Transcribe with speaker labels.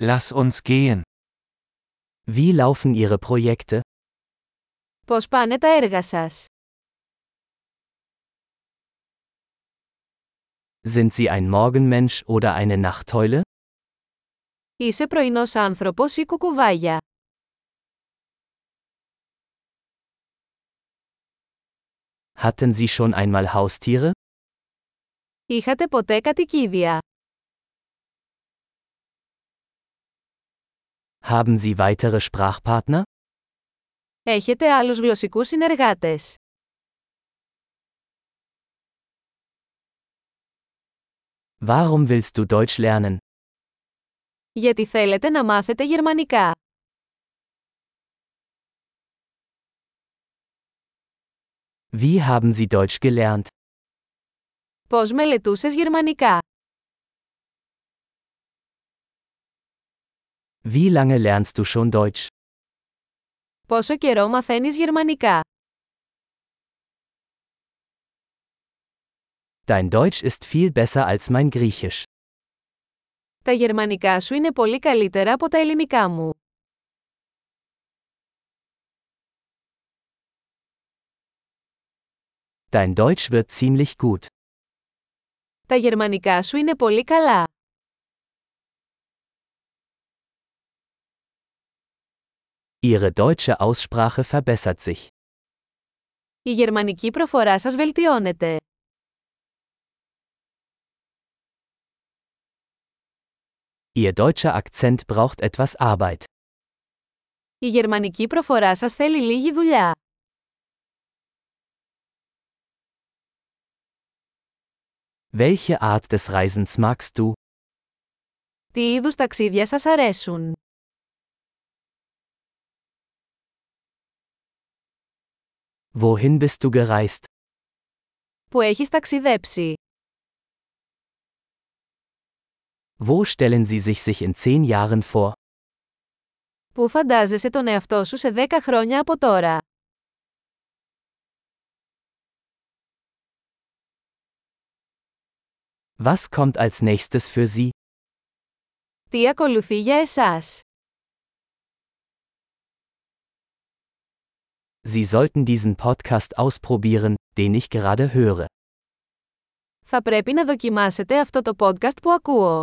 Speaker 1: Lass uns gehen. Wie laufen Ihre Projekte?
Speaker 2: Πώς πάνε τα έργα σας?
Speaker 1: Sind Sie ein Morgenmensch oder eine Nachteule?
Speaker 2: Είσαι πρωινός άνθρωπος ή κουκουβάγια.
Speaker 1: Hatten Sie schon einmal Haustiere?
Speaker 2: Είχατε ποτέ κατοικίδια.
Speaker 1: Haben Sie weitere Sprachpartner?
Speaker 2: Έχετε άλλους γλωσσικούς συνεργάτες.
Speaker 1: Warum willst du Deutsch lernen?
Speaker 2: Γιατί θέλετε να μάθετε γερμανικά.
Speaker 1: Wie haben Sie Deutsch gelernt?
Speaker 2: Πώς μελετούσες γερμανικά.
Speaker 1: Wie lange lernst du schon Deutsch?
Speaker 2: Πόσο καιρό μαθαίνεις γερμανικά.
Speaker 1: Dein Deutsch ist viel besser als mein Griechisch.
Speaker 2: Τα γερμανικά σου είναι πολύ καλύτερα από τα ελληνικά μου.
Speaker 1: Dein Deutsch wird ziemlich gut.
Speaker 2: Τα γερμανικά σου είναι πολύ καλά.
Speaker 1: Ihre deutsche Aussprache verbessert sich.
Speaker 2: Η γερμανική προφορά σας βελτιώνεται.
Speaker 1: Ihr deutscher Akzent braucht etwas Arbeit.
Speaker 2: Η γερμανική προφορά σας θέλει λίγη δουλειά.
Speaker 1: Welche Art des Reisens magst du?
Speaker 2: Τι είδους ταξίδια σας αρέσουν.
Speaker 1: Wohin bist du gereist?
Speaker 2: Που έχεις ταξιδέψει.
Speaker 1: Wo stellen Sie sich sich in zehn Jahren vor?
Speaker 2: Πού φαντάζεσαι τον εαυτό σου σε 10 χρόνια από τώρα.
Speaker 1: Was kommt als nächstes für Sie?
Speaker 2: Τι ακολουθεί για εσάς.
Speaker 1: Sie sollten diesen Podcast ausprobieren, den ich gerade höre.
Speaker 2: Θα πρέπει να δοκιμάσετε αυτό το podcast που ακούω.